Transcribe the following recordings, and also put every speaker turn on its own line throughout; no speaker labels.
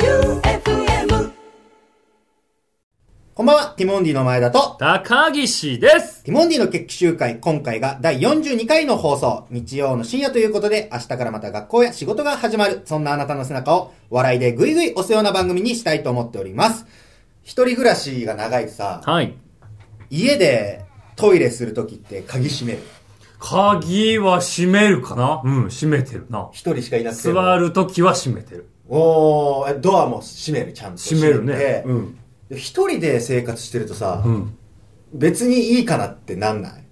J-O-E-U-F-M
こんばんは、ティモンディの前田と、
高岸です
ティモンディの決起集会、今回が第42回の放送、日曜の深夜ということで、明日からまた学校や仕事が始まる、そんなあなたの背中を笑いでぐいぐい押すような番組にしたいと思っております。一人暮らしが長いさ、
はい。
家でトイレするときって鍵閉める。
鍵は閉めるかなうん、閉めてるな。
一人しかいなくて。
座。るときは閉めてる。
おー、えドアも閉める、ちゃんと。
閉めるね。
閉
う
め
ん。
て一人で生活してるとさ、
うん。
別にいいかなってなんない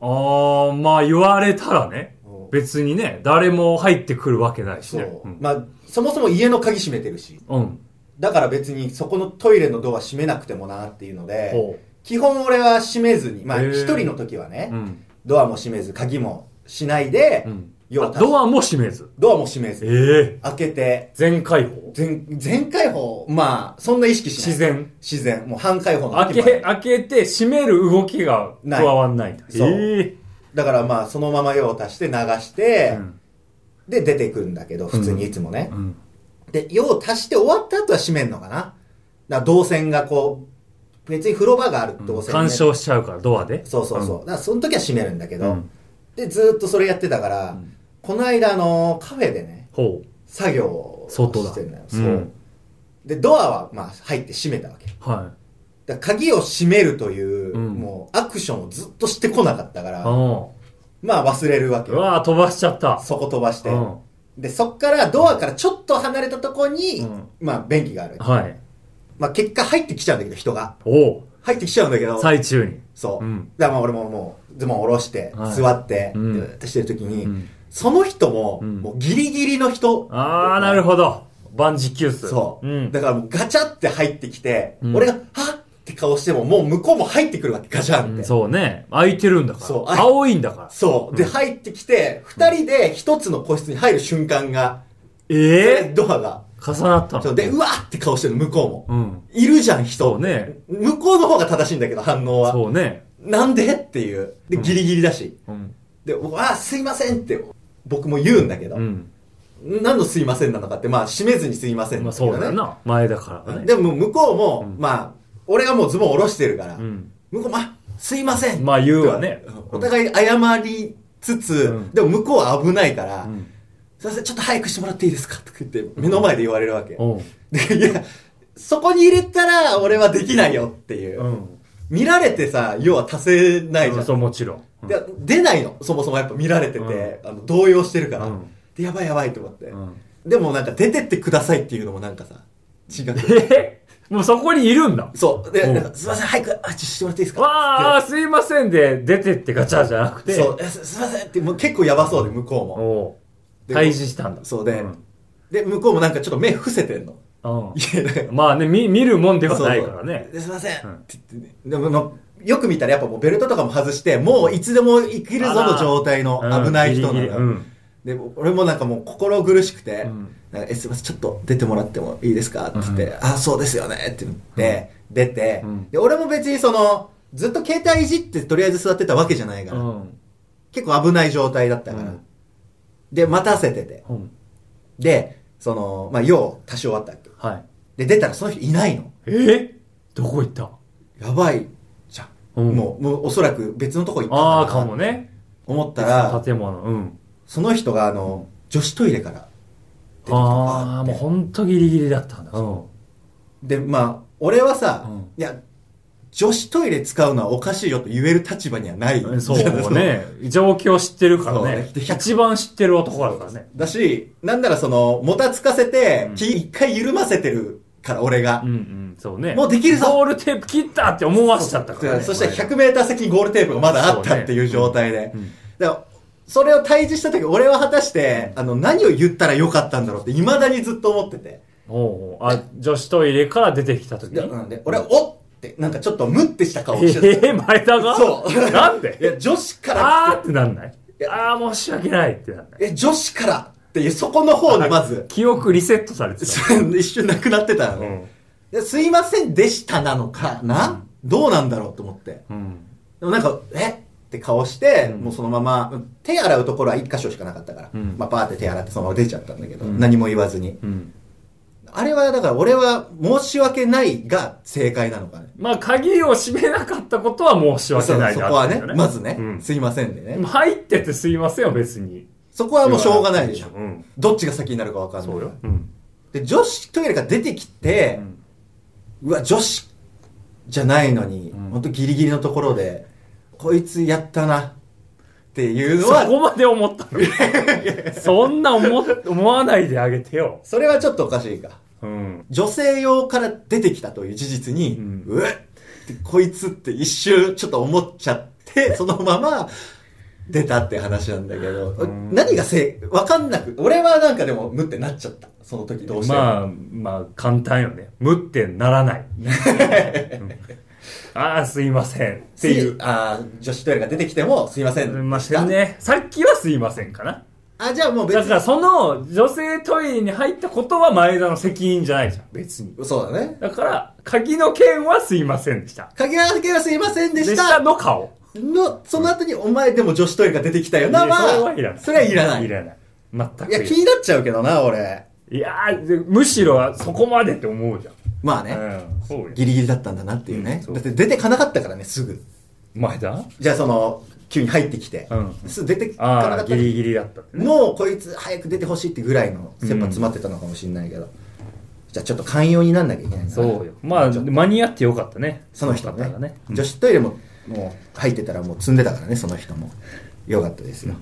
あー、まあ言われたらね
うん。
別にね、誰も入ってくるわけないし
そ
ね。
う。
ん。
まあ、そもそも家の鍵閉めてるし。
うん。
だから別にそこのトイレのドア閉めなくてもなっていうので、
ほ
基本俺は閉めずに、まあ
へー
一人の時はね、
う。うん。
ドアも閉めず、鍵もしないで、
うん。
要は
あドアも閉めず。
ドアも閉め
ええ
ず、開けて、
全開放
全、全開放、まあ、そんな意識しない。
自。然。
自然。もう半開放の
開
時もあ
け、
る
開けて閉める動きが加わんないんだ。
ないそう
え
だからまあ、そのまま用を足して流し
え
て、
うん
で出てくるんだけど、普通にいつもね。
うん。
で、用を足して終わった後は閉めんのかな。だから動線がこう、別に風呂場がある動線、ね
干渉しちゃうから、ドアで。
そうそうそう。だからその時は閉めるんだけ
うん。う
ど、
ん。
で、ずーっとそれやってたから、
うん
この間、あのーカフェでね、
ほ
作業を
外だ
してんだよ。
う。
そう。
ん
で、ドアは、まあ、入って閉めたわけ。
はい。
だから鍵を閉めるという、
うん
もう、アクションをずっとしてこなかったから、
うん。
まあ、忘れるわけ
う
よ。
わー飛ばしちゃった。
そこ飛ばして。
うん。
で、そっから、ドアからちょっと離れたとこに、
うん
まあ、便器がある。
はい。
まあ、結果、入ってきちゃうんだけど、人が。
おう
入ってきちゃうんだけど、
最中に。
そう。
うん
だから、まあ、俺ももう、ズボン下ろして、
はい
座って、
うん
ずーっとしてる時に、
うん
その人も、
うん
もうギリギリの人。
あー、なるほど。万事休す。
そう。
うん
だ。からもうガチャって入ってきて、
うん
俺が、はっって顔しても、もう向こうも入ってくるわけ、ガチャンって。
うん
そう。
そうね。空いてるんだから。
そう
青いんだから。
で、
うん
入ってきて、二人で一つの個室に入る瞬間が、
ええ
ドアが。
重なった
そう
の
で、うわっって顔してる、向こうも。
うん。
いるじゃん、人。
そうね。
向こうの方が正しいんだけど、反応は。
そうね。
なんでっていう。で、ギリギリだし。
うん。
で、僕は、あすいませんって、僕も言うんだけど、
うん。
何のすいませんなのかって、まあ、閉めずにすいません
まあ
だけ
そ
ど
うだよな。前だからね。
でも向こうも、
うん
まあ、俺がもうズボン下ろしてるから、
うん。
向こうも、あ、すいません。
まあ言うわね
うんお互い謝りつつ、
うん
でも向こうは危ないから、
うん。
すいません、ちょっと早くしてもらっていいですかとか言って、目の前で言われるわけ。
おう
でいや、そこに入れたら俺はできないよっていう。
うん。
見られてさ、要は足せないじゃん。
そう、もちろん。うん
で出ないの、そもそもやっぱ見られてて、あの動揺してるから、
うん
で。やばいやばいと思って、
うん
でもなんか出てってくださいっていうのもなんかさ、違う。
えもうそこにいるんだ。
そう。で、
うん
なんかすいません、早く、あっちしてもらっていいですか
わあ、すいませんで、出てってガチャじゃなくて。
そう、えすすいませんって、もう結構やばそうで、向こうも。
おう
で
退治したんだ。
そうで、
ん
で、向こうもなんかちょっと目伏せてんの。
うん
いや、だから
まあね、見、見るもんではないからね
そう。ですいません、
うん
って言ってね。でもの、よく見たらやっぱもうベルトとかも外して、もういつでも行けるぞの状態の
うん
危ない人なの
ギリギリ
よ。
うん
で、俺もなんかもう心苦しくて、
うん
なんかえ、すいません、ちょっと出てもらってもいいですかって言って、
う
あ、そうですよねって言って、出て、
うん
で、俺も別にその、ずっと携帯いじってとりあえず座ってたわけじゃないから、
うん。
結構危ない状態だったから。
うん
で、待たせてて。
うん。
で、その、まあ、用を足し終わったわけ。
はい。
で、出たらその人いないの。
えどこ行った
やばいじゃん。
うん
もう、もうおそらく別のとこ行ったんだな
ああ、かもね。
思ったら、
建物。うん。
その人があの、女子トイレから出てきた
あ
バ
あ、も
ー
う
って
ほんとギリギリだったんだ。うん。
で、まあ、俺はさ、
うん
いや、女子トイレ使うのはおかしいよと言える立場にはない。
そうね。状況知ってるからね
そう。ね
一番知ってる男だからね。
だし、なんならその、もたつかせて
う、ん
気一回緩ませてるから、俺が
うん。うん、そうね。
もうできるぞ
ゴールテープ切ったって思わしちゃったからね。
そして100メーター先にゴールテープがまだあったっていう状態で。
うん
だからそれを退治した時、俺は果たして、あの、何を言ったらよかったんだろうって、未だにずっと思ってて。
おうおうあ、女子トイレから出てきた時
で
に。
なんで、俺は、おっって、なんかちょっとムってした顔をしてた。
ええ、前田が
そう
なん
い
で
や、女子から
あ
っ
ーってなんない
いや
あー、申し訳ないってなんない
て、え、女子からっていう、そこの方にまず、
記憶リセットされてた。
一瞬なくなってたの
う
ね、
ん。
ですいませんでしたなのかな、どうなんだろうと思って。
うん。
でもなんか、えって顔して、
うん
もうそのまま、手洗うところは一箇所しかなかったから、
うん
まあバーって手洗ってそのまま出ちゃったんだけど、
うん
何も言わずに。
うん。
あれはだから俺は申し訳ないが正解なのかね。
まあ、鍵を閉めなかったことは申し
そ
訳
う
ない
そ
な
こはね
ってい、う
まずね、
うん
すいませんでね。
入っててすいませんよ、別に。
そこはもうしょうがないでしょ。
うん。
どっちが先になるかわかんない。
そうよ。うん。
で、女子トイレから出てきて、うわ、女子じゃないのに、
ん
ほんとギリギリのところで、こいつやったな、っていうの
そ
は、
こまで思ったのそんな思、思わないであげてよ。
それはちょっとおかしいか。
うん。
女性用から出てきたという事実に、う
うん
えってこいつって一瞬ちょっと思っちゃ って、そのまま出たって話なんだけど、
うん
何がせい、わかんなく、俺はなんかでも無ってなっちゃった。その時どうしても。
まあ、まあ、簡単よね。無ってならない。うんああ、すいません。っていう。
あー女子トイレが出てきても、すいませ
す
ん。
いませんね。さっきはすいませんかな。
あ、じゃあもう別
だか
に。
ら、その女性トイレに入ったことは前田の責任じゃないじゃん。別に。
そうだね。
だから、鍵の件はすいませんでした。
鍵開けはすいませんでした。
の顔。
の、その後に、お前でも女子トイレが出てきたよな、
いや
まあ。
それはいらない。
それはいらない。
いらない。全
いや、
く
気になっちゃうけどな、俺。
いやーでむしろそこまでって思うじゃん。
まあね。
うん、そうよ。
ギリギリだったんだなっていうね。
うん
だって出てかなかったからね、すぐ。
前田
じゃあその、急に入ってきて。
うん
すぐ出てかな
あ
か
あ、
っ
ギ
た。
リギリだったってね。
もうこいつ早く出てほしいってぐらいの切羽詰まってたのかもしれないけど。じゃあちょっと寛容になんなきゃいけないな。
そうよ。まあ、
ちょっと
間に合ってよかったね。
その人
よかった
ね
らね。
女子トイレももう入ってたらもう積んでたからね、その人も。よかったですよ。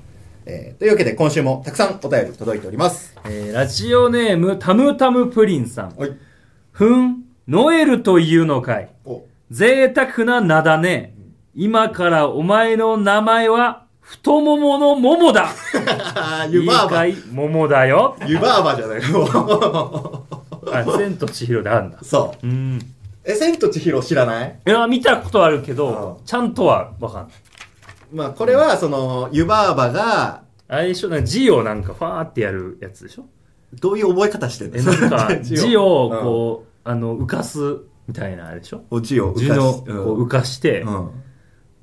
えーというわけで今週もたくさんお便り届いております。
えーラジオネーム、タムタムプリンさん。
はい。
ふん、ノエルというのかい。
お、
贅沢な名だね。今からお前の名前は、太もものももだ。
湯婆
いいか
婆。
い、ももだよ。
湯婆婆じゃない も
あ、千と千尋であるんだ
う。。そう。
うん。
え、千と千尋知らない
いや、見たことあるけど
う、
ちゃんとはわかんない。
まあこれはその、湯婆婆が、
あれでしょ、なんか字をなんかファーってやるやつでしょ
どういう覚え方してん
え、
の
なん か字を
う
こう、あの、浮かすみたいなあれでしょ
ん、お字を
字のこう浮
か
かして、
うん。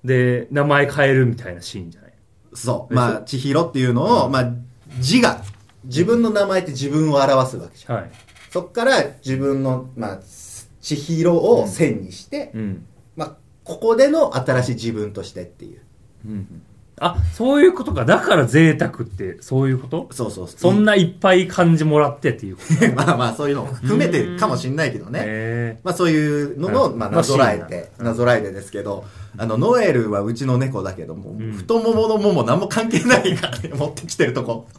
で、名前変えるみたいなシーンじゃない
そう。
でしょ
まあ、千尋っていうのを、まあ、字が、自分の名前って自分を表すわけじゃん。
はい。
そっから自分の、まあ、千尋を線にして、
うん。
まあ、ここでの新しい自分としてっていう。
うん。あ、そういうことか。だから贅沢って、そういうこと
そうそうそ
そん
な、
ないっぱい漢字もらってっていう ことね。
まあまあ、そういうのも含めてるかもしんないけどね。
へ
まあそういうの
う
の、
ん
まあ、なぞらえ
まあシーン
て、なぞらえてですけど、あの、ノエルはうちの猫だけども、
ん
太もものもも何も関係ないからね、 持ってきてるとこ。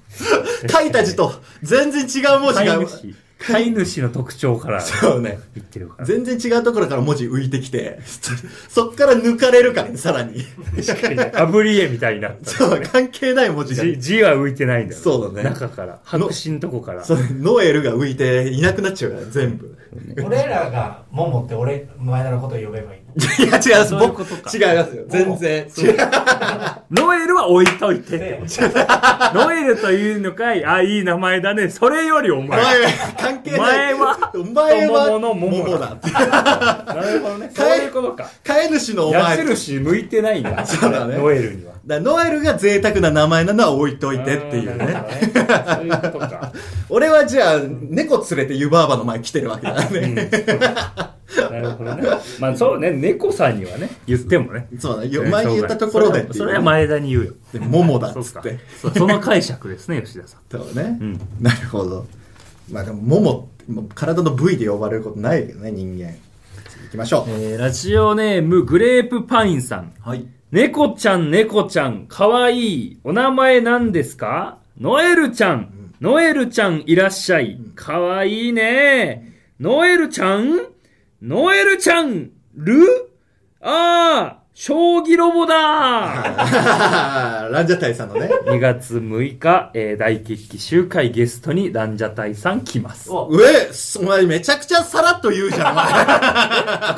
書いた字と全然違う文
ー
字
飼
が
い、主。飼い主の特徴か ら
そうね。
言ってるから。
全然違うところから文字浮いてきて、そそっ から抜かれるからね、さらに。
アブリエみたいにな った。
そう、関係ない文字が。
字字は浮いてないんだよ
そうだね
中から白紙のとこから
そうノエルが浮いていなくなっちゃうから、全 部。
俺らがモモって俺前田のことを呼べばいいの
いや、違います。
そういう
僕、違
こ
い
とか
ますよ。全然。違う。
ノエルは置いといて
で
ノエルというのかいあいい名前だねそれよりお
お前
前
関係ない。
お前は
お前は、
太ももの
だ
桃だ
って。
なるほどね そう
変え
いうことか
飼い主のお
矢
前。だか
印向いてないんだ
そうだね
ノエルには
らノエルが贅沢な名前なのは置いといてっていう
あ
ね。
ーなるほどねそういうことか
俺はじゃあ、猫連れて湯婆婆の前来てるわけだね。
なるほどねまあそうね猫さんにはね言ってもね
そうだね。
え
よ
ー
前に言ったところでっていうね。
それはそれは前田に言うよ
で桃だっ
そう
つっ
か
て。
そうその解釈ですね吉田さん
そうね、
うん
なるほど。まあでも、桃って、もう体の部位で呼ばれることないけどね、人間。次行きましょう。
えーラジオネームグレープパインさん
はい。
猫ちゃん、猫ちゃん、かわいい。お名前何ですかノエルちゃん、ノエルちゃんいらっしゃい。かわいいね。ノエルちゃんノエルちゃん、るああ、将棋ロ ボだ
ランジャタイさんのね。
!2 月6日、えー大決起集会ゲストにランジャタイさん来ます。
お
うえ、お前めちゃくちゃさらっと言うじゃん、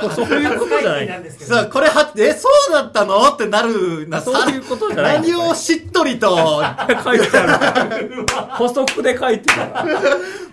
お前。
そういうことじゃない。
ですけど
さあ、これは、え、そうだったのってなるな、さ
そういうことじゃない。
何をしっとりと、
書いてある。補足で書いてある。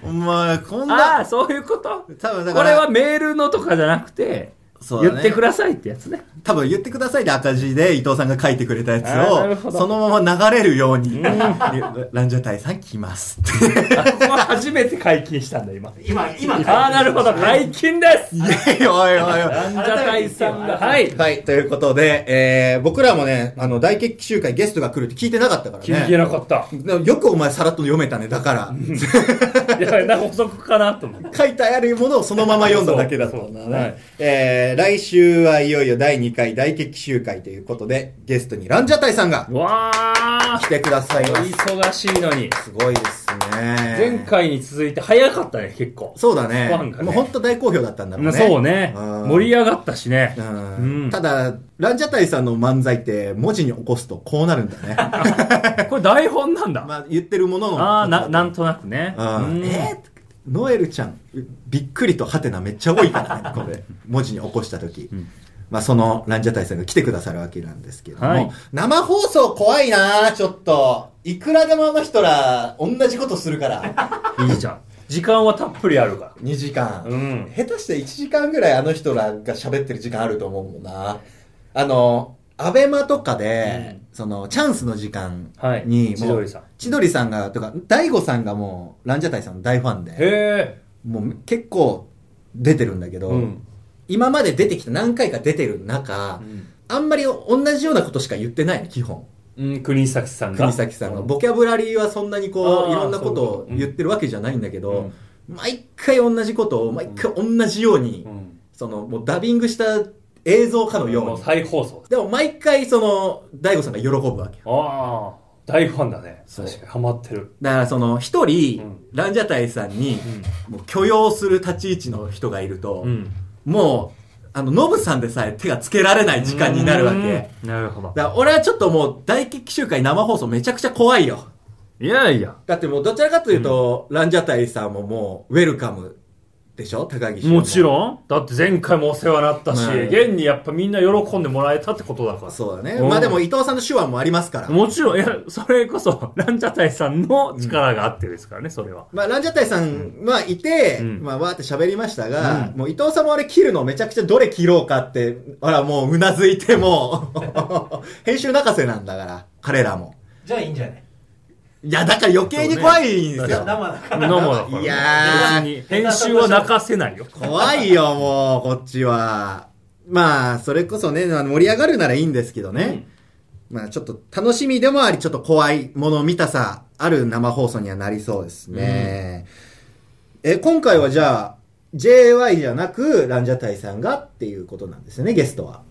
お前、こん
あ
な、
あ、そういうこと
多分だ
こ
から、
れはメールのとかじゃなくて、
そうだね
言ってくださいってやつね。
多分言ってくださいで赤字で伊藤さんが書いてくれたやつ
あーなる
を、
ほど
そのまま流れるように、 ランジャタイさん来ますって。
あここは初めて解禁したんだ、今。
今、今、
ああ、なるほど、解禁です
いやいや おいおいおい。
ランジャタイさんが、はい。
はい、ということで、えー、僕らもね、あの、大決起集会ゲストが来るって聞いてなかったからね。
気づけなかった。
でもよくお前さらっと読めたね、だから。
いや、なんか補足かなと思って。
書いてあるものをそのまま読んだだけだったんだ
そうそうはい
ね。えー、来週はいよいよ第2回大決起集会ということで、ゲストにランジャタイさんが
わあ
来てくださ
お
います。
忙しいのに。
すごいですね。
前回に続いて早かったね、結構。
そうだね
ファンが。ね
もう本当大好評だったんだろうね。
そうね。
うん
盛り上がったしね
う。
うん
ん。ただ、ランジャタイさんの漫才って文字に起こすとこうなるんだね。
これ台本なんだ。
まあ言ってるものの。
ああ、な、なんとなくね。
うん
うん
えーノエルちゃん、びっくりとハテナめっちゃ多いからね、こ れ。文字に起こした時
ん
まあそのランジャタイさんが来てくださるわけなんですけども、
はい
生放送怖いなちょっと。いくらでもあの人ら同じことするから。
いいじゃん。時間はたっぷりあるか
2時間。
ら。うん。
下手して1時間ぐらいあの人らが喋ってる時間あると思うもんなあのアベマとかで、そのチャンスの時間
はい
に、もう
千鳥さん
千鳥さんがとか大悟さんがもうランジャタイさんの大ファンで
へ
もう結構出てるんだけ
え。
ど、
うん。
今まで出てきた何回か出てる中、あんまり同じようなことしか言ってないの基本
うん、国崎さんが。
国崎さんの
う
ボキャブラリーはそんなにこ
あ
う
ー
いろんなことを
そういうことうん
言ってるわけじゃないんだけど、毎回同じことを毎回同じように、
うん。
そのもうダビングした映像かのよ
も
う
う
に。
再放送。
でも毎回その、大悟さんが喜ぶわけよ。
ああ、大ファンだね。
そう
確かにハマってる。
だからその、一人、
うん
ランジャタイさんに、もう許容する立ち位置の人がいると、
うん。
もう、あの、ノブさんでさえ手がつけられない時間になるわけ。だか
うん。なるほど。
ら俺はちょっともう、大決起集会生放送めちゃくちゃ怖いよ。
いやいや。
だってもう、どちらかというと、ランジャタイさんももう、ウェルカムでしょ高岸
もち
ん。
ろん。だって前回もお世話になったし、
はい
現にやっぱみんな喜んでもらえたってことだから。
そうだね。
うん
まあでも、伊藤さんの手腕もありますから。
もちろん、いや、それこそ、ランジャタイさんの力があってですからね、それは。
まあ、ランジャタイさんはいて、
うん
まあ、わーって喋りましたが、
う
もう伊藤さんもあれ切るのめちゃくちゃどれ切ろうかって、あら、もううなずいても う、編集泣かせなんだから、彼らも。
じゃあいいんじゃない
いや、だから余計に怖いんです
生
よ。
だから。
生だからね
いやー
別に編集は泣かせないよ。
怖いよ、もう、こっちは。まあ、それこそね、あの盛り上がるならいいんですけどね。まあ、ちょっと楽しみでもあり、ちょっと怖いもの見たさ、ある生放送にはなりそうですね。え、今回はじゃあ、JY じゃなく、ランジャタイさんがっていうことなんですよね、ゲストは。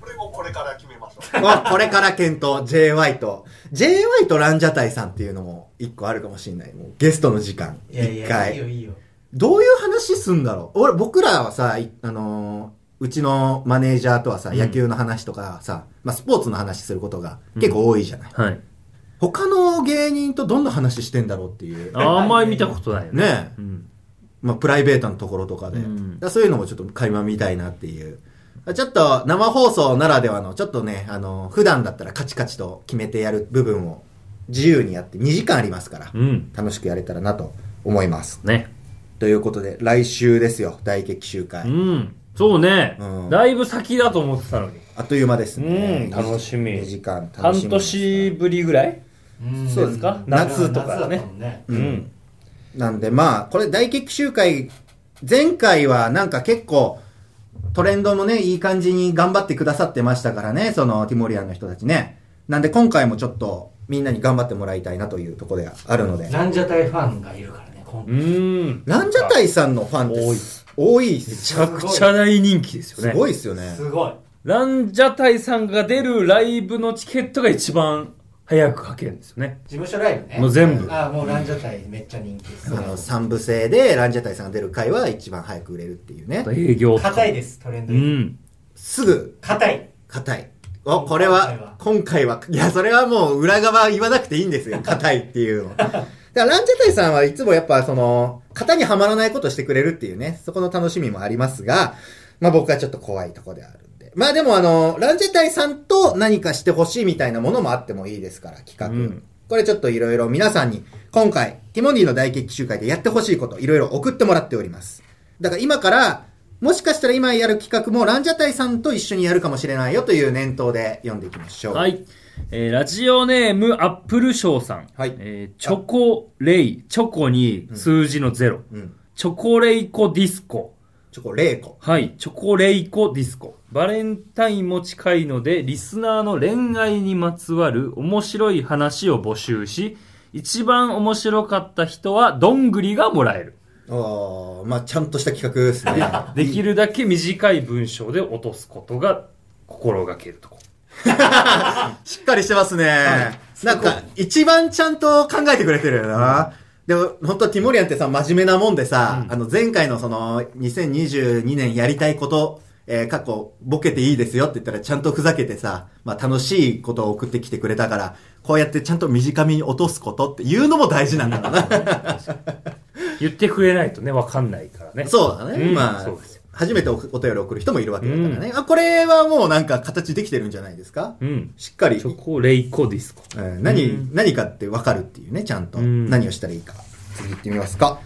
これもこれから決めましょう。
あ これから検討、JY と。JY とランジャタイさんっていうのも、一個あるかもしれない。もうゲストの時間。
いやい
一
や、
回
いい。よいいよ。
どういう話すんだろう俺、僕らはさ、いあのーうちのマネージャーとはさ、
うん
野球の話とかさ、まあ、スポーツの話することが結構多いじゃない。
はい。
他の芸人とどんな話してんだろうっていう。
あんまり見たことないよね。
ねえ、
うん。
まあ、プライベートのところとかで。
うん
だからそういうのもちょっと垣間見たいなっていう。ちょっと生放送ならではの、ちょっとね、あの、普段だったらカチカチと決めてやる部分を自由にやって2時間ありますから
う、ん。
楽しくやれたらなと思います。
ね。
ということで、来週ですよ、大劇集会。
うん。そうね
うん。
だいぶ先だと思ってたのに。
あっという間ですね。
うん楽しみ
2時間楽し
半
み。
年ぶりぐらい
そうで
で
す
す
か
か夏とか
夏だった
ね
も。んね。
うん。
なんでまあ、これ大劇集会、前回はなんか結構、トレンドもね、いい感じに頑張ってくださってましたからね、そのティモリアンの人たちね。なんで今回もちょっと、みんなに頑張ってもらいたいなというところであるので。
ランジャタイファンがいるからね、今
う
回。
ん。
ランジャタイさんのファンってす多いっ
め
す
ちゃくちゃ大人気ですよ
す
ね。
ごいっすよね
す。ごい。
ランジャタイさんが出るライブのチケットが一番早く書けるんですよね。
事務所ライブね。
もう全部
ああ、もうランジャタイめっちゃ人気です
あ。の、三部制でランジャタイさんが出る回は一番早く売れるっていうね。
営業とか。
硬いです、トレンド
う
入り。
ん。
すぐ
硬い。
硬い。お、これは、今回は、いや、それはもう裏側言わなくていいんですよ。硬いっていうの。 だからランジャタイさんはいつもやっぱその、型にはまらないことしてくれるっていうね、そこの楽しみもありますが、まあ僕はちょっと怖いとこであるんで。まあでもあの、ランジャタイさんと何かしてほしいみたいなものもあってもいいですから、企画。
うん
これちょっといろいろ皆さんに、今回、ティモンディの大決起集会でやってほしいこと、いろいろ送ってもらっております。だから今から、もしかしたら今やる企画もランジャタイさんと一緒にやるかもしれないよという念頭で読んでいきましょう。
はい。えーラジオネーム、アップルショーさん。
はい
えーチョコレイ、チョコに数字のゼロ。
うん。
チョコレイコディスコ。
チョコレイコ。
はい。チョコレイコディスコ。バレンタインも近いので、リスナーの恋愛にまつわる面白い話を募集し、一番面白かった人は、どんぐりがもらえる。
ああ、まあちゃんとした企画ですね。
できるだけ短い文章で落とすことが心がけるとこ。
しっかりしてますね。なんか、一番ちゃんと考えてくれてるよな。でも、本当ティモリアンってさ、真面目なもんでさ、
うん
あの、前回のその、2022年やりたいこと、えー過去、ボケていいですよって言ったら、ちゃんとふざけてさ、まあ、楽しいことを送ってきてくれたから、こうやってちゃんと短めに落とすことっていうのも大事なんだろうな。
言ってくれないとね、わかんないからね。
そうだね。
うん
まあ
そうですよ、
初めておお便り送る人もいるわけだからね。あ、これはもうなんか形できてるんじゃないですか
うん。
しっかり
チ。ョコレイコディスコ。
えー何、
うん
何かって分かるっていうね、ちゃんと。
うん
何をしたらいいか。次行ってみますか。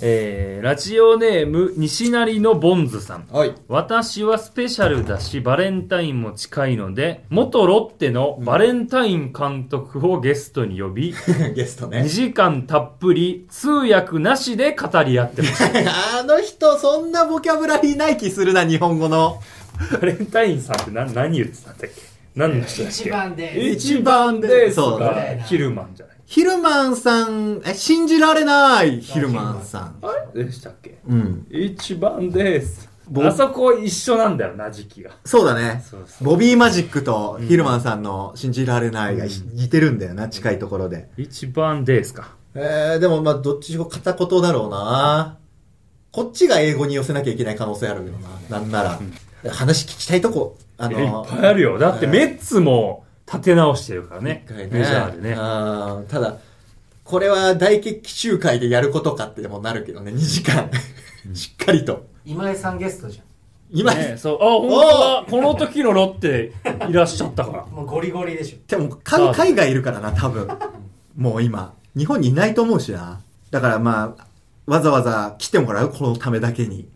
えー、ラジオネーム、西成のボンズさん。
はい。
私はスペシャルだし、バレンタインも近いので、元ロッテのバレンタイン監督をゲストに呼 び、
ゲスト
2
ね。
時間たっぷり通訳なしで語り合ってました。
あの人、そんなボキャブラリーない気するな、日本語の。
バレンタインさんって何何言ってたんだっけ何の人だっけ
一番で
一番です。
そうだ
ね
ヒルマンじゃない。
ヒルマンさん、え、信じられない、ヒルマンさん。
あれでしたっけ
うん。
一番です。
僕
あそこ一緒なんだよな、時期が。
そうだね
そうそ。う
ボビーマジックとヒルマンさんの信じられないが
うん
似てるんだよな、近いところで。
一番ですか。
えー、でもまあ、どっちも片言だろうな。こっちが英語に寄せなきゃいけない可能性あるよな。なんなら。話聞きたいとこ、あ
え
の
いっぱいあるよ。だってメッツも立て直してるからね。
一回ね
メジャーでね。
あーただ、これは大決起集会でやることかってもなるけどね、2時間。しっかりと。
今井さんゲストじ
今、
ねそう。あ、本当だ。この時のロッテいらっしゃったから
ゃん。もうゴリゴリでしょ
でもか海外いるからな、多分。もう今。日本にいないと思うしな。だからまあ、わざわざ来てもらう、このためだけに。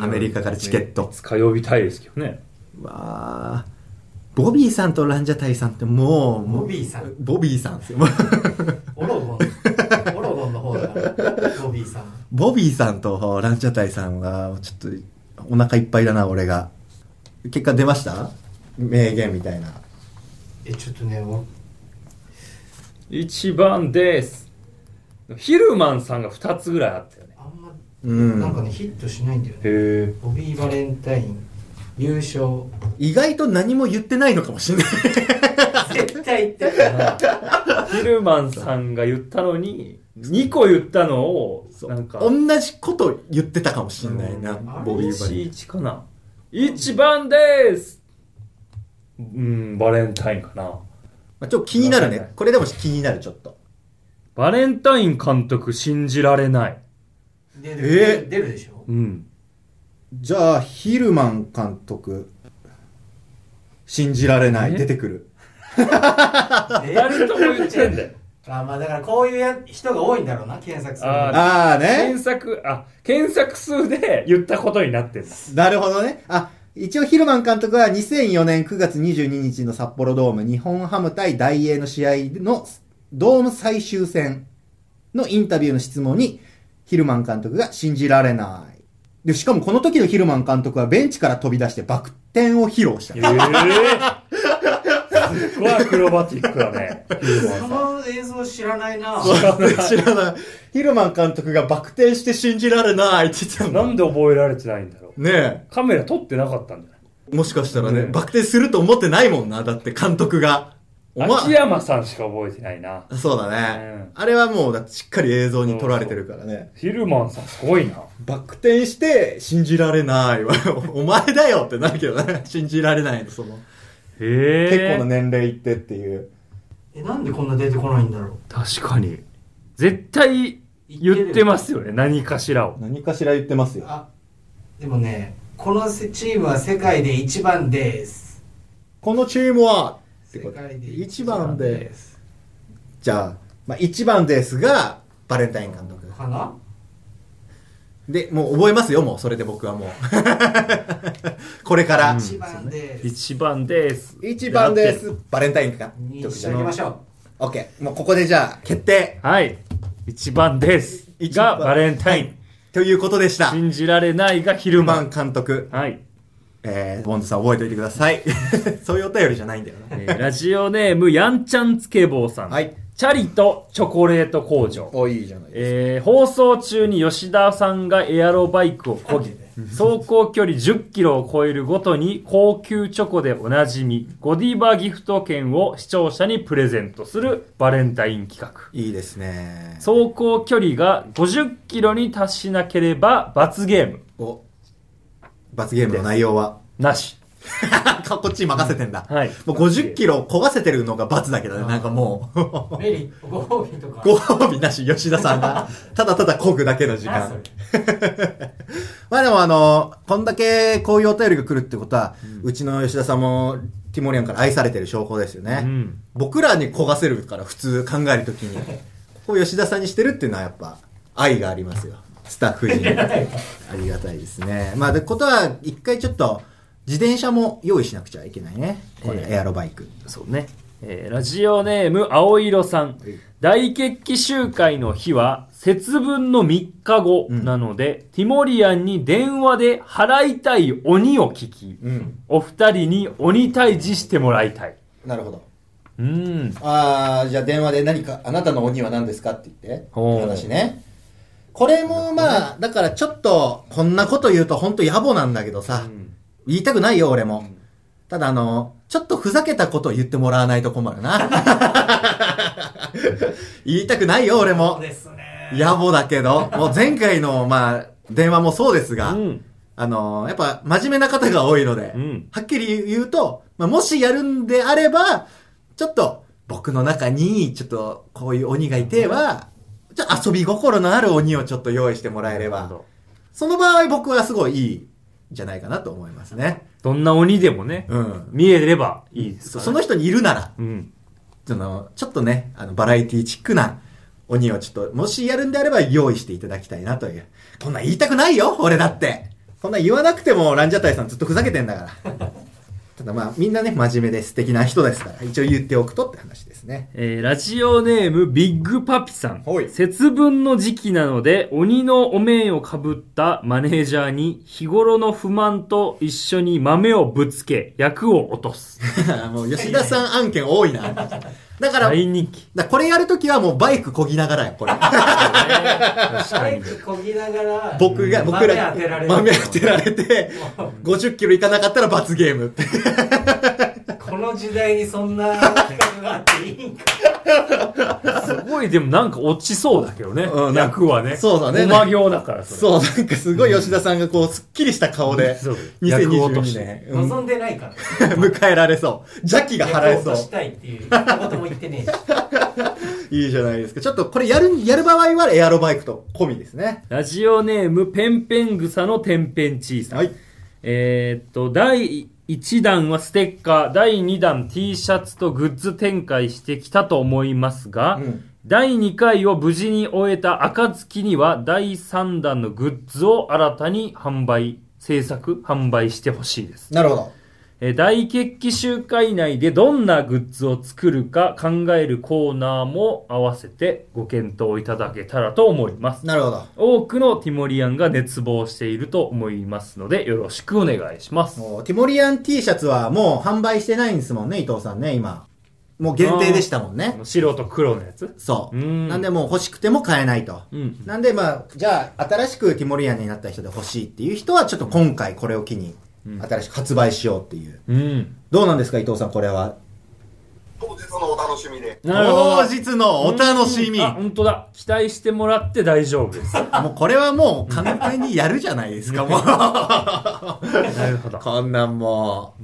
アメリカからチケット。
使い呼びたいですけどね。
わあボビーさんとランジャタイさんってもう、もう
ボビーさん。
ボビーさんですよ。 もう
オロ ゴンオロゴンの方だからボビーさん
ボビーさんとランジャタイさんは、ちょっとお腹いっぱいだな、俺が。結果出ました名言みたいな。
えちょっとねも
一番です。ヒルマンさんが2つぐらいあったよね
う。あんま、
うん
なんかねヒットしないんだよね
へ
ボビー・バレンタイン優勝
意外と何も言ってないのかもしれない。
絶対言ってるよな
ヒルマンさんが言ったのに、2個言ったのを、なんか、
同じこと言ってたかもしれないな、
うん
ボビーバレン
11かな。一番ですうん、バレンタインかな。
まあ、ちょっと気になる
わか
ね
んな。い
これでも気になる、ちょっと。
バレンタイン監督信じられない。
出
え
る出るでしょ
うん。
じゃあ、ヒルマン監督。信じられない。
え
出てくる。
二人とも言ってんだよ。
あまあだからこういうや人が多いんだろうな検索するの
あ
が
ああね
検。索、あ、検索数で 言ったことになってる。
なるほどね。あ、一応ヒルマン監督は2004年9月22日の札幌ドーム日本ハム対大英の試合のドーム最終戦のインタビューの質問にヒルマン監督が信じられない。で、しかもこの時のヒルマン監督はベンチから飛び出してバク転を披露した
え。えすごいアクロバティックだ ね。
その映像知らないな
知らない。知らない。ヒルマン監督がバク転して信じられないって言ってた
なんで覚えられてないんだろう。
ね
カメラ撮ってなかったんじゃない
え。もしかしたら
ね
転すると思ってないもんな。だって監督が。
秋山さんしか覚えてないな。
そうだね
うん。
あれはもう、だってしっかり映像に撮られてるからね。
ヒルマンさんすごいな。
バク転して、信じられない わ。お前だよってなるけどね。信じられないの、その。
へえ。
結構な年齢いってっていう。
えなんでこんな出てこないんだろう
確かに。絶対言ってますよね、何かしらを。
何かしら言ってますよ。
あでもねこのせチームは世界で一番です
このチームは、って
世
こと
界で
一番で。
す
じゃあ、まあ一番ですが、バレンタイン監督。
かな
で、もう覚えますよ、もう、そ れで僕はもう。これから。
一番です。
一番です。
一番です。バレンタインか。
にしておきましょ
オッケー。もうここでじゃあ、決定。
はい。一番です。
一
が
番
バレンタイン。
ということでした。
信じられないが昼
ルマ
間
ン。監督、
はい。
えー、ボンズさん覚えておいてください。 そういうお便りじゃないんだよな。
えーラジオネーム、やんちゃんつけぼうさん。
はい。
チャリとチョコレート工場。
お、いいじゃないです
えー放送中に吉田さんがエアロバイクを漕ぎ、走行距離10キロを超えるごとに高級チョコでおなじみ、ゴディバギフト券を視聴者にプレゼントするバレンタイン企画。
いいですね。
走行距離が50キロに達しなければ罰ゲーム
お、罰ゲームの内容 は。
なし。
かこっちに任せてんだ。
はい
もう50キロ焦がせてるのが罰だけどね、なんかも
う。
う。
メリー、ご褒美と か。
ご褒美なし、吉田さんが。ただただこぐだけの時
何そ
間
れ。
まあでもあの、こんだけこういうお便りが来るってことは、うちの吉田さんもティモリアンから愛されてる証拠ですよね。
うん
僕らに焦がせるから、普通考えるとき に。こう吉田さんにしてるっていうのはやっぱ愛がありますよ。スタッフ陣に。ありがたいですね。まあで、ことは一回ちょっと自転車も用意しなくちゃいけないね。これ、
ええ
エアロバイク。
そうね。えーラジオネーム、青色さん。大決起集会の日は、節分の3日後なので、ティモリアンに電話で払いたい鬼を聞き、
うん。
お二人に鬼退治してもらいたい。
なるほど。
うーん。
ああ、じゃあ電話で何か、あなたの鬼は何ですかって言って、
おー
話ね。これもまあ、だからちょっと、こんなこと言うと本当野暮なんだけどさ、
うん
言いたくないよ、俺も。ただあの、ちょっとふざけたことを言ってもらわないと困る な。言いたくないよ、俺
そう
も。
ですね。
野暮だけど、もう前回の、まあ、電話もそうですが、
うん
あの、やっぱ真面目な方が多いので、
うん
はっきり言うと、まあ、もしやるんであれば、ちょっと僕の中に、ちょっとこういう鬼がいては、ちょっと遊び心のある鬼をちょっと用意してもらえれば、その場合僕はすごいいいんじゃないかなと思いますね。
どんな鬼でもね、
うん。
見えればいいですか
そ
ら
その人にいるなら、
うん。
その、ちょっとね、あの、バラエティチックな鬼をちょっと、もしやるんであれば用意していただきたいなという。こんなん言いたくないよ俺だってこんなん言わなくてもランジャタイさんずっとふざけてんだから。 ただまあ、みんなね、真面目で素敵な人ですから、一応言っておくとって話ですね。
えーラジオネームビッグパピさん
ほい。
節分の時期なので、鬼のお面をかぶったマネージャーに、日頃の不満と一緒に豆をぶつけ、役を落とす。
もう、吉田さん案件多いな。だ から、
大人気。
だこれやるときはもうバイクこぎながらよ、これ。
バイクこぎながら、
僕が、僕ら、
豆当てられる。
豆当てられ て、50キロいかなかったら罰ゲームって。
この時代にそんな企画があっていいんか。
すごい、でもなんか落ちそうだけどね。
うん
役はね。
そうだね
おま行だから、そ
そう、なんかすごい吉田さんがこう、すっきりした顔で
そう、役落と
2022
して
年、うん
望んでないから。
迎えられそう。邪気が払えそ
レポートし
う。
たいっていう一言も言ってね えし。
いいじゃないですか。ちょっとこれやる、やる場合はエアロバイクと込みですね。
ラジオネーム、ペンペン草の天変地異さん。
はい。
えーっと、第1弾はステッカー、第2弾 T シャツとグッズ展開してきたと思いますが、
うん
第2回を無事に終えた暁には、第3弾のグッズを新たに販売、制作、販売してほしいです。
なるほど。
えー大決起集会内でどんなグッズを作るか考えるコーナーも合わせてご検討いただけたらと思います。
なるほど。
多くのティモリアンが熱望していると思いますので、よろしくお願いします。
もう、ティモリアン T シャツはもう販売してないんですもんね、伊藤さんね、今。もう限定でしたもん
あ
ね
の。白と黒のやつ
そうう。
ん
なんでもう欲しくても買えないと。
うん
なんでまあ、じゃあ、新しくティモリアンになった人で欲しいっていう人は、ちょっと今回これを機に、新しく発売しようっていう。
うん。
どうなんですか、伊藤さん、これは。
当日のお楽しみで。
なるほど。
日のお楽しみ
あ、本当だ。期待してもらって大丈夫です。
もうこれはもう簡単にやるじゃないですか、もう。
なるほ ど。
こん なんもう。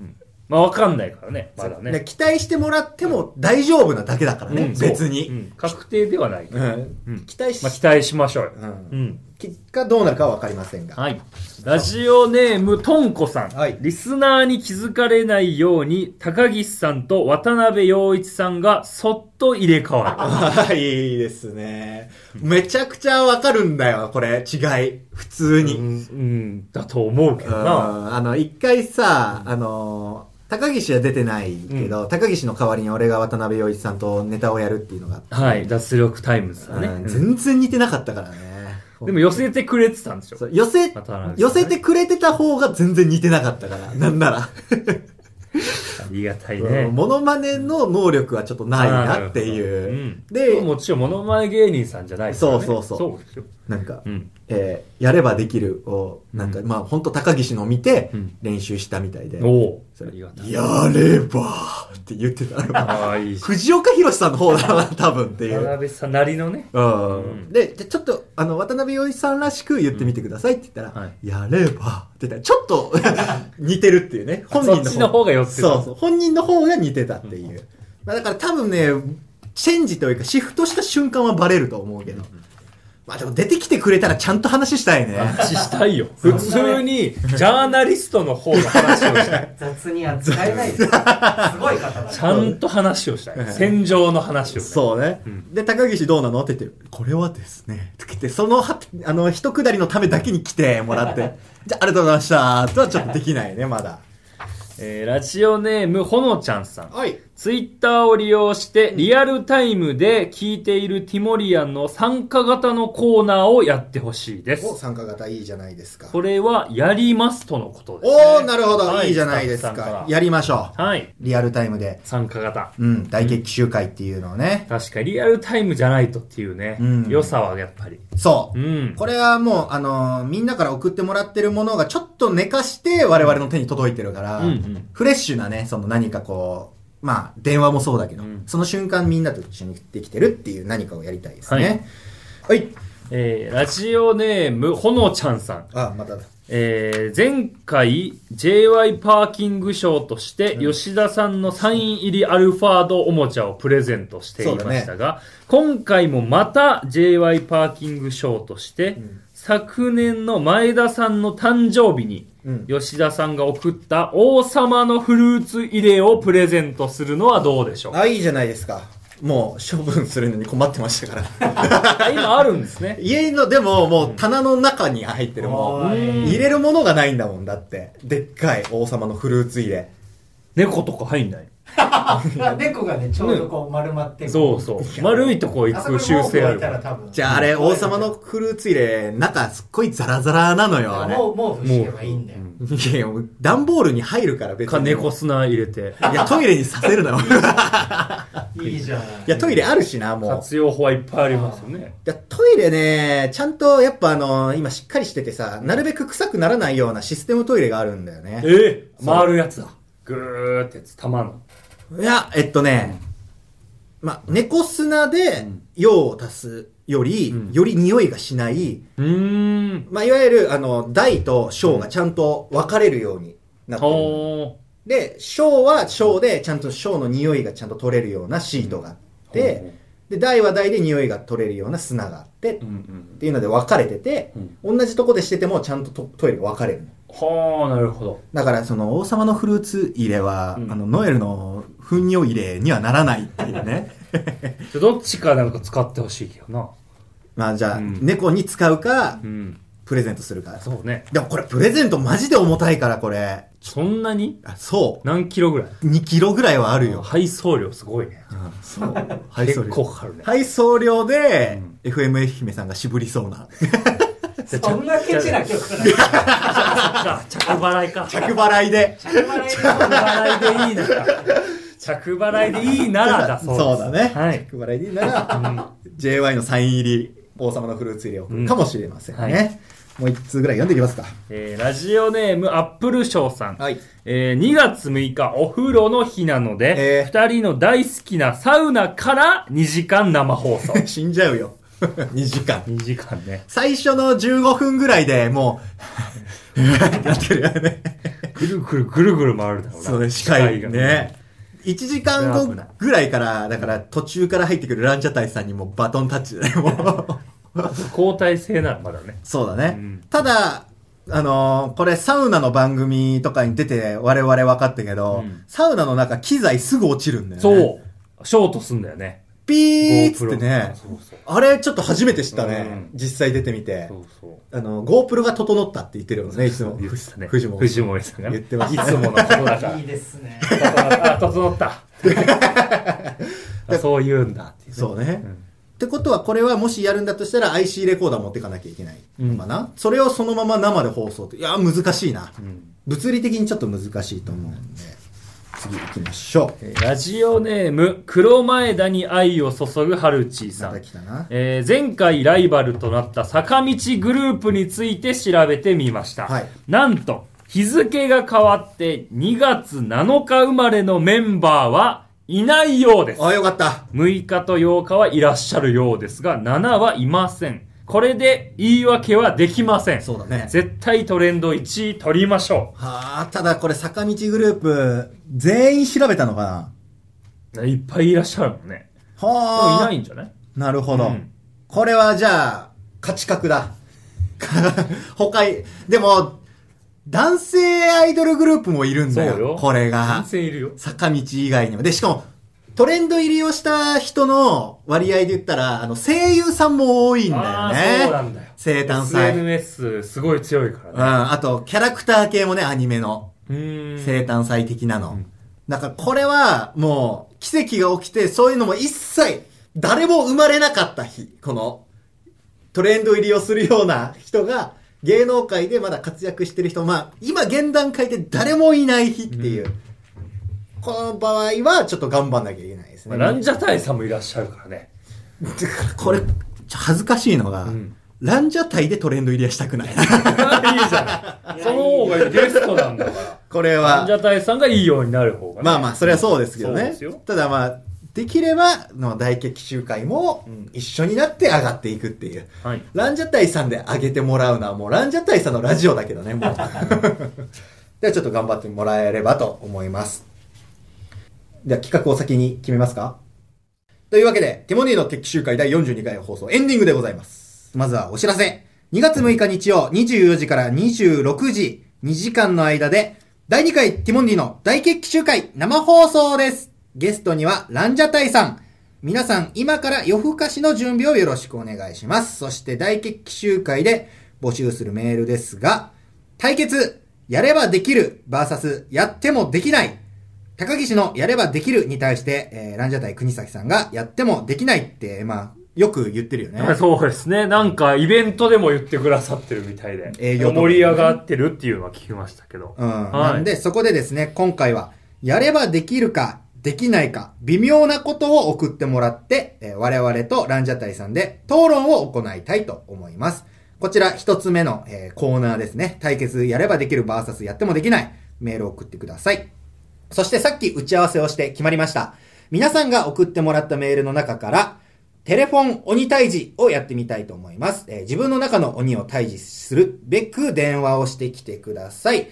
まあ、わかんないからね、まだね。
ね期待してもらっても大丈夫なだけだからね、
うんそう
別に、
うん確定ではない。
うん期待し、
まあ、期待しましょうよ。
うん
うん。
結果どうなるかは分かりませんが。
はい。ラジオネーム、とんこさん。
はい
リスナーに気づかれないように、高岸さんと渡辺陽一さんがそっと入れ替わ
あいいですね。めちゃくちゃわかるんだよ、これ。違い。普通
る。
に。
うん、うん、だと思うけ
う
ど
ん
な。
あの、一回さ、あの、高岸は出てないけど、高岸の代わりに俺が渡辺陽一さんとネタをやるっていうのがあって、
はい、脱力タイムズだね。
うん
うん
全然似てなかったからね。
でも寄せてくれてたんでしょ
そう寄せ、
渡辺さんね
寄せてくれてた方が全然似てなかったから、なんなら。
ありがたい
うん
ね。
モノマネの能力はちょっとないなって
あーなるほどう。
いうんで、
もちろん、モノマネ芸人さんじゃないからね
そうそうそう
そうですよ。
なんか
う、ん。
えーやればできるを、なんか、
う
まあ、ほんと高岸の見て
うん、
練習したみたいで、
おお
そ
ー。あ
れ
りがたい。
やればって言ってたの。
ああ、いいし。
藤岡弘さんの方だ な、多分ってい
渡
う。
辺さんなり のね。
うん
うん
で、じゃあちょっと、あの、渡辺陽一さんらしく言ってみてくださいって言ったら、
うんはい
やればって言ったら、ちょっと 似てるっていうね。本人の
そっちの方が寄ってた
そうそう。本人の方が似てたっていう。まあ、だから多分ね、チェンジというか、シフトした瞬間はバレると思うけど。まあでも出てきてくれたらちゃんと話したいね。
話したいよ。普通に、ジャーナリストの方の話をしたい。
雑に扱えないです。すごい方だ。
ちゃんと話をしたい。戦場の話をしたい。
そうね、
ん
で、高岸どうなのって言って、これはですね、って言って、そのは、あの、一くだりのためだけに来てもら って、じゃあ、ありがとうございましたとはちょっとできないね、まだ。
えーラジオネーム、ほのちゃんさん。
はい。
ツイッターを利用して、リアルタイムで聞いているティモリアンの参加型のコーナーをやってほしいで
お、
す。
参加型いいじゃないですか。
これは、やりますとのことです、ね。
おー、なるほど、、
はい
いじゃないです
スタッフさん
か
か。ら
やりましょ
はい。
う。リアルタイムで、
参加型。
うん、大決起集会っていうのをね。
確かに、リアルタイムじゃないとっていうね、
うん
良さはやっぱり。
そうう。
ん。
これはもう、あのーみんなから送ってもらってるものがちょっと寝かして我々の手に届いてるから、
うんうん
フレッシュなね、その何かこう、まあ、電話もそうだけど、
うん
その瞬間みんなと一緒にできてるっていう何かをやりたいですね。はい。
えーラジオネーム、ほのちゃんさん。
あ、まただ。
えー前回 JY パーキング賞として吉田さんのサイン入りアルファードおもちゃをプレゼントしていましたが、今回もまた JY パーキング賞として、
ん
昨年の前田さんの誕生日に
うん
吉田さんが送った王様のフルーツ入れをプレゼントするのはどうでしょうか
あ、いいじゃないですか。もう、処分するのに困ってました から。
あ今あるんですね。
家の、でももう棚の中に入ってるも
お
ん。
ーい
入れるものがないんだもんだって。でっかい王様のフルーツ入れ。
猫とか入んない。
猫がね、ちょうどこう丸まってる
そうそう。丸いとこ行
あそ
く
こに毛
習
布
性あ
置い
る
た。ら多分
じゃああれ、王様のフルーツ入れ、中すっごいザラザラなのよ、あれ。
もう毛布敷けばいいんだよ
もう
いや、段ボールに入るから別
か
に。
猫砂入れて。
いや、トイレにさせ るなよ。
いいじゃん
いや、トイレあるしな、もう。い
活用法はいっぱいありますよね。
や、トイレね、ちゃんと、やっぱあの、今しっかりしててさ、なるべく臭くならないようなシステムトイレがあるんだよね。
ええ回るやつだ。ぐーってやつ、玉の。
いや、えっとね、ま、猫砂で、用を足すより、
ん
より匂いがしない、
うーん。
まあ、いわゆる、あの、大と小がちゃんと分かれるようになってる。
ほ
で、小は小で、ちゃんと小の匂いがちゃんと取れるようなシートがあっ
うん
て、で、台は台で匂いが取れるような砂があって、
ー。う
っ
んうん。
ていうので分かれてて、同じとこでしててもちゃんとトトイレが分かれるの。
はあ、なるほど。
だから、その、王様のフルーツ入れは、
うん
あの、ノエルの糞尿入れにはならないっていうね。
じゃあどっちかなんか使ってほしいけどな。
まあ、じゃあ、
うん
猫に使うか
う、ん。
プレゼントするか。
そうね。
でもこれ、プレゼントマジで重たいから、これ。
そんなに
あそ。
何キロぐらいう
2キロぐらいはあるよ。
配送料すごいね。
そう。配送
結
料
構かかるね。
配送料で、FM 愛媛さんが渋りそうな。
そんなケチな曲なんだ
あ、 着払いか。着
着払いで。
払いでいいのか。着払いでいいならだそう です。
そうだね。
はい。
着払いでいいな ら、JY のサイン入り、王様のフルーツ入れを送るかもしれませんね。
うんはい
もう一通ぐらい読んでいきますか。
えーラジオネーム、アップルショーさん。
はい
えー2月6日、お風呂の日なので、
え
2人の大好きなサウナから2時間生放 送。
死んじゃうよ。2時間。
2時間ね。
最初の15分ぐらいでも う、ってなってるよね。
ぐるぐるぐるぐる回るだろうな。
そうね、視界
が
がね。。1時間後ぐらいから、だから途中から入ってくるランジャタイさんにもうバトンタッチだね、もう。
交代制ならまだね。
そうだね。
うん
ただ、あのーこれサウナの番組とかに出て我々分かったけど、
うん
サウナの中機材すぐ落ちるんだよね。
そう。ショートすんだよね。
ピーっつってね
GoPro。そうそう。
あれちょっと初めて知ったね。
うん
実際出てみて
そ。うそう。
あの、GoPro が整ったって言ってるよね、いつも。
言ってたね。
藤本。
藤森さんが。
言ってました
いつものことだから
いい。ですね。
あ、整った。あそう言うんだってい う。
そうね。
ん
ってことは、これはもしやるんだとしたら IC レコーダー持ってかなきゃいけないのかな、それをそのまま生で放送って。いや、難しいな、
ん
物理的にちょっと難しいと思うんで。次行きましょう。
えーラジオネーム、黒前田に愛を注ぐハルチーさ
ま
ん
た。来たな。
えー前回ライバルとなった坂道グループについて調べてみました、
はい
なんと日付が変わって2月7日生まれのメンバーはいないようです
あ、よかった。
6日と8日はいらっしゃるようですが7はいませんこれで言い訳はできません
そうだね
絶対トレンド1位取りましょ
はあ、ただこれ坂道グループ、全員調べたのかな
ういっぱいいらっしゃるもんねでも
はいあ。
ないんじゃない
なるほど。
うん
これはじゃあ、価値格だ。 他い、でも、男性アイドルグループもいるんだよ。
そうよ
これが
男。性いるよ
坂道以外にも。で、しかも、トレンド入りをした人の割合で言ったら、あの、声優さんも多いんだよ
あ
ね。
ーそうなんだよ
生誕祭。うん。
SNS すごい強いからね
あと、キャラクター系もね、アニメの。
うーん
生誕祭的なの。だからこれはもう奇跡が起きて、そういうのも一切、誰も生まれなかった日、このトレンド入りをするような人が、芸能界でまだ活躍してる人、まあ、今現段階で誰もいない日っていう、この場合はちょっと頑張んなきゃいけないです
ま
ね。
あ、ランジャタイさんもいらっしゃるからね。
これ、ちょ恥ずかしいのが、
ん
ランジャタイでトレンド入りはしたくない。
いいじゃん。その方がゲストなんだから。
これ
ラ
は
ンジ。ャタイさんがいいようになる方が、ね。
まあまあ、それはそうですけど
そう
ね
ですよ。
ただまあ、できれば、の大決起集会も一緒になって上がっていくっていう。
はい。
ランジャタイさんで上げてもらうのはもうランジャタイさんのラジオだけどね、も う。ではちょっと頑張ってもらえればと思います。では企画を先に決めますかというわけで、ティモニーの決起集会第42回放送エンディングでございます。まずはお知らせ。2月6日日曜24時から26時2時間の間で、第2回ティモンディの大決起集会生放送です。ゲストにはランジャタイさん。皆さん今から夜更かしの準備をよろしくお願いします。そして大決起集会で募集するメールですが、対決、やればできる VS やってもできない高岸のやればできるに対して、えーランジャタイ国崎さんがやってもできないって、まあ、よく言ってるよね。
そうですね。なんか、イベントでも言ってくださってるみたいで。
営業とかね
盛り上がってるっていうのは聞きましたけど。
うん。
はい
なんで、そこでですね、今回は、やればできるか、できないか、微妙なことを送ってもらって、えー我々とランジャタイさんで討論を行いたいと思います。こちら一つ目の、えーコーナーですね。対決やればできる VS やってもできない。メールを送ってください。そしてさっき打ち合わせをして決まりました。皆さんが送ってもらったメールの中から、テレフォン鬼退治をやってみたいと思います。えー自分の中の鬼を退治するべく電話をしてきてください。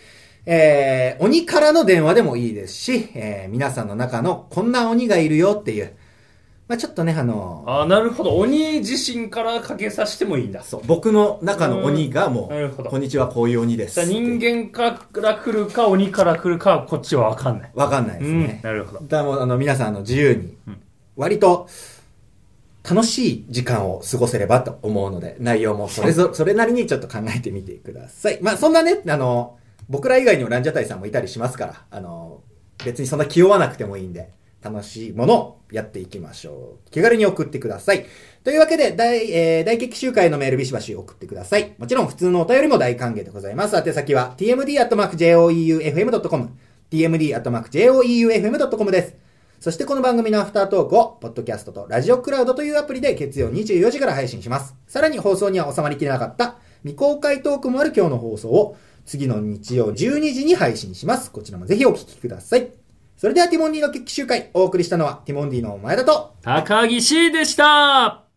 えー鬼からの電話でもいいですし、えー皆さんの中のこんな鬼がいるよっていう、まあ、ちょっとね、あの
ああ、なるほど。鬼自身からかけさせてもいいんだ。そう。
僕の中の鬼がも
うんなるほ
う、
ど
こんにちは、こういう鬼です。
人間から来るか、鬼から来るかは、こっちはわかんない。
わかんないです
うん
ね。。
なるほど。
だからもうあの皆さんあの自由に、割と楽しい時間を過ごせればと思うので、内容もそれぞそれなりにちょっと考えてみてください。まあそんなね、あの、僕ら以外にもランジャタイさんもいたりしますから、あの、別にそんな気負わなくてもいいんで、楽しいものをやっていきましょう。気軽に送ってください。というわけで、大、えー大決起集会のメールビシバシ送ってください。もちろん普通のお便りも大歓迎でございます。宛先は tmd.joeufm.com tmd.joeufm.com です。そしてこの番組のアフタートークを、ポッドキャストとラジオクラウドというアプリで月曜24時から配信します。さらに放送には収まりきれなかった未公開トークもある今日の放送を、次の日曜12時に配信します。こちらもぜひお聞きください。それではティモンディの決起集会、お送りしたのはティモンディの前田と、
高岸でした